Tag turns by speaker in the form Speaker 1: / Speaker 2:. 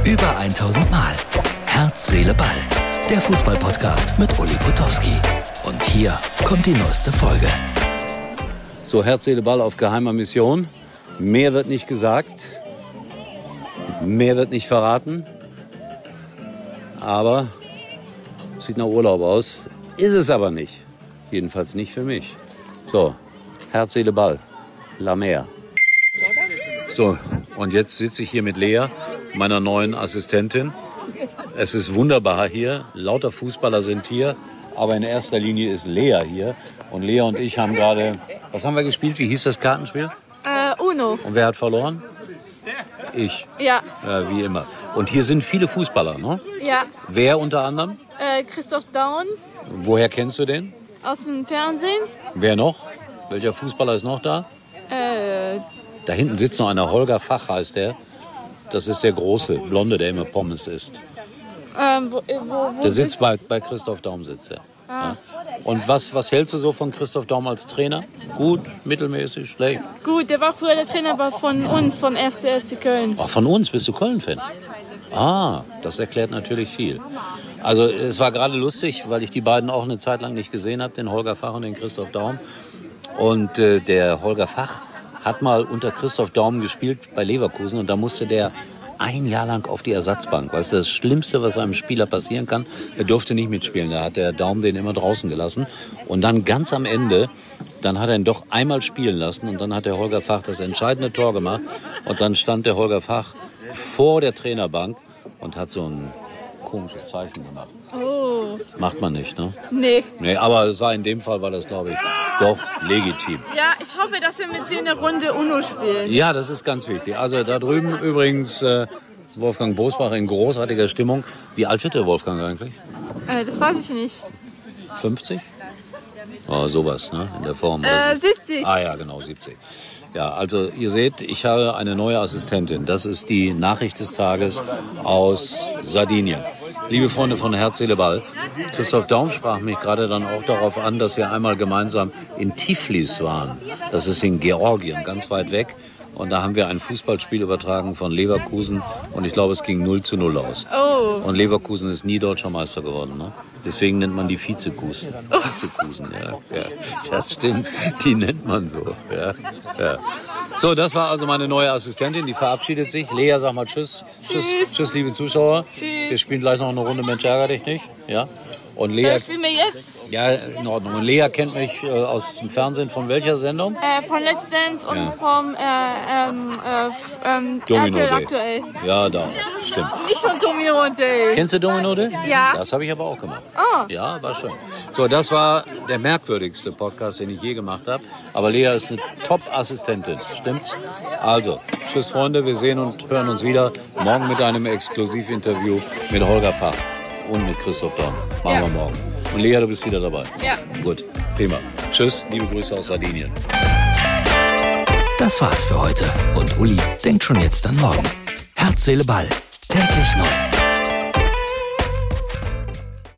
Speaker 1: 1000 Mal. Herz, Seele, Ball. Der Fußballpodcast mit Uli Potowski. Und hier kommt die neueste Folge.
Speaker 2: So, Herz, Seele, Ball auf geheimer Mission. Mehr wird nicht gesagt. Mehr wird nicht verraten. Aber sieht nach Urlaub aus. Ist es aber nicht. Jedenfalls nicht für mich. So, Herz, Seele, Ball. La Mer. So, und jetzt sitze ich hier mit Lea, meiner neuen Assistentin. Es ist wunderbar hier. Lauter Fußballer sind hier. Aber in erster Linie ist Lea hier. Und Lea und ich haben gerade. Was haben wir gespielt? Wie hieß das Kartenspiel?
Speaker 3: Äh, Uno.
Speaker 2: Und wer hat verloren? Ich.
Speaker 3: Ja,
Speaker 2: Äh, wie immer. Und hier sind viele Fußballer, ne?
Speaker 3: ja.
Speaker 2: Wer unter anderem?
Speaker 3: Äh, Christoph Daun
Speaker 2: Woher kennst du den?
Speaker 3: aus dem Fernsehen.
Speaker 2: Wer noch? Welcher Fußballer ist noch da?
Speaker 3: Äh,
Speaker 2: Da hinten sitzt noch einer, Holger Fach heißt der. Das ist der große, blonde, der immer Pommes isst.
Speaker 3: ähm, wo, äh, wo, wo
Speaker 2: Der sitzt bei, bei Christoph Daum sitzt er. Ja. Und was, was hältst du so von Christoph Daum als Trainer? Gut, mittelmäßig, schlecht.
Speaker 3: Gut, der war früher der Trainer aber von uns, von FCS Köln.
Speaker 2: Ach, von uns bist du Köln-Fan. Ah, das erklärt natürlich viel. Also es war gerade lustig, weil ich die beiden auch eine Zeit lang nicht gesehen habe, den Holger Fach und den Christoph Daum. Und äh, der Holger Fach hat mal unter Christoph Daum gespielt bei Leverkusen und da musste der ein Jahr lang auf die Ersatzbank. Weißt du, das Schlimmste, was einem Spieler passieren kann, er durfte nicht mitspielen. Da hat der Daum den immer draußen gelassen. Und dann ganz am Ende, dann hat er ihn doch einmal spielen lassen und dann hat der Holger Fach das entscheidende Tor gemacht. Und dann stand der Holger Fach vor der Trainerbank und hat so ein komisches Zeichen gemacht.
Speaker 3: Oh,
Speaker 2: Macht man nicht, ne?
Speaker 3: nee.
Speaker 2: Nee, aber es war in dem Fall war das, glaube ich, doch legitim.
Speaker 3: Ja, ich hoffe, dass wir mit denen eine Runde Uno spielen.
Speaker 2: Ja, das ist ganz wichtig. Also da drüben übrigens äh, Wolfgang Bosbach in großartiger Stimmung. Wie alt wird der Wolfgang eigentlich?
Speaker 3: Äh, das weiß ich nicht.
Speaker 2: 50? Oh, sowas, ne? In der Form.
Speaker 3: Äh,
Speaker 2: Das-
Speaker 3: 70.
Speaker 2: Ah ja, genau, 70. Ja, also ihr seht, ich habe eine neue Assistentin. Das ist die Nachricht des Tages aus Sardinien. Liebe Freunde von Herz, Seele, Ball, Christoph Daum sprach mich gerade dann auch darauf an, dass wir einmal gemeinsam in Tiflis waren. Das ist in Georgien, ganz weit weg. Und da haben wir ein Fußballspiel übertragen von Leverkusen und ich glaube, es ging 0 zu 0 aus.
Speaker 3: Oh.
Speaker 2: Und Leverkusen ist nie deutscher Meister geworden. Ne? Deswegen nennt man die Vizekusen. Vizekusen, ja, ja. Das stimmt, die nennt man so. Ja, ja. So, das war also meine neue Assistentin, die verabschiedet sich. Lea, sag mal Tschüss. Tschüss,
Speaker 3: Tschüss.
Speaker 2: tschüss liebe Zuschauer.
Speaker 3: Tschüss.
Speaker 2: Wir spielen gleich noch eine Runde Mensch ärger dich nicht. Ja. Und Lea,
Speaker 3: Äh, spielen wir jetzt
Speaker 2: ja, in Ordnung. Und Lea kennt mich äh, aus dem Fernsehen von welcher Sendung?
Speaker 3: äh, von Let's Dance und vom äh, ähm, äh, f- ähm,
Speaker 2: Domino
Speaker 3: RTL
Speaker 2: Day.
Speaker 3: aktuell.
Speaker 2: Ja, da, stimmt.
Speaker 3: Nicht von Domino und Day.
Speaker 2: Kennst du Domino Day?
Speaker 3: Ja.
Speaker 2: Das habe ich aber auch gemacht.
Speaker 3: Oh.
Speaker 2: Ja, war schön. So, das war der merkwürdigste Podcast, den ich je gemacht habe. Aber Lea ist eine Top-Assistentin, stimmt's? Also, tschüss Freunde, wir sehen und hören uns wieder morgen mit einem Exklusivinterview mit Holger Fach und mit Christoph Dorn. Machen
Speaker 3: Ja.
Speaker 2: wir morgen. Und Lea, du bist wieder dabei.
Speaker 3: Ja.
Speaker 2: Gut, prima. Tschüss, liebe Grüße aus Sardinien.
Speaker 1: Das war's für heute. Und Uli denkt schon jetzt an morgen. Herz, Seele, Ball. Täglich neu.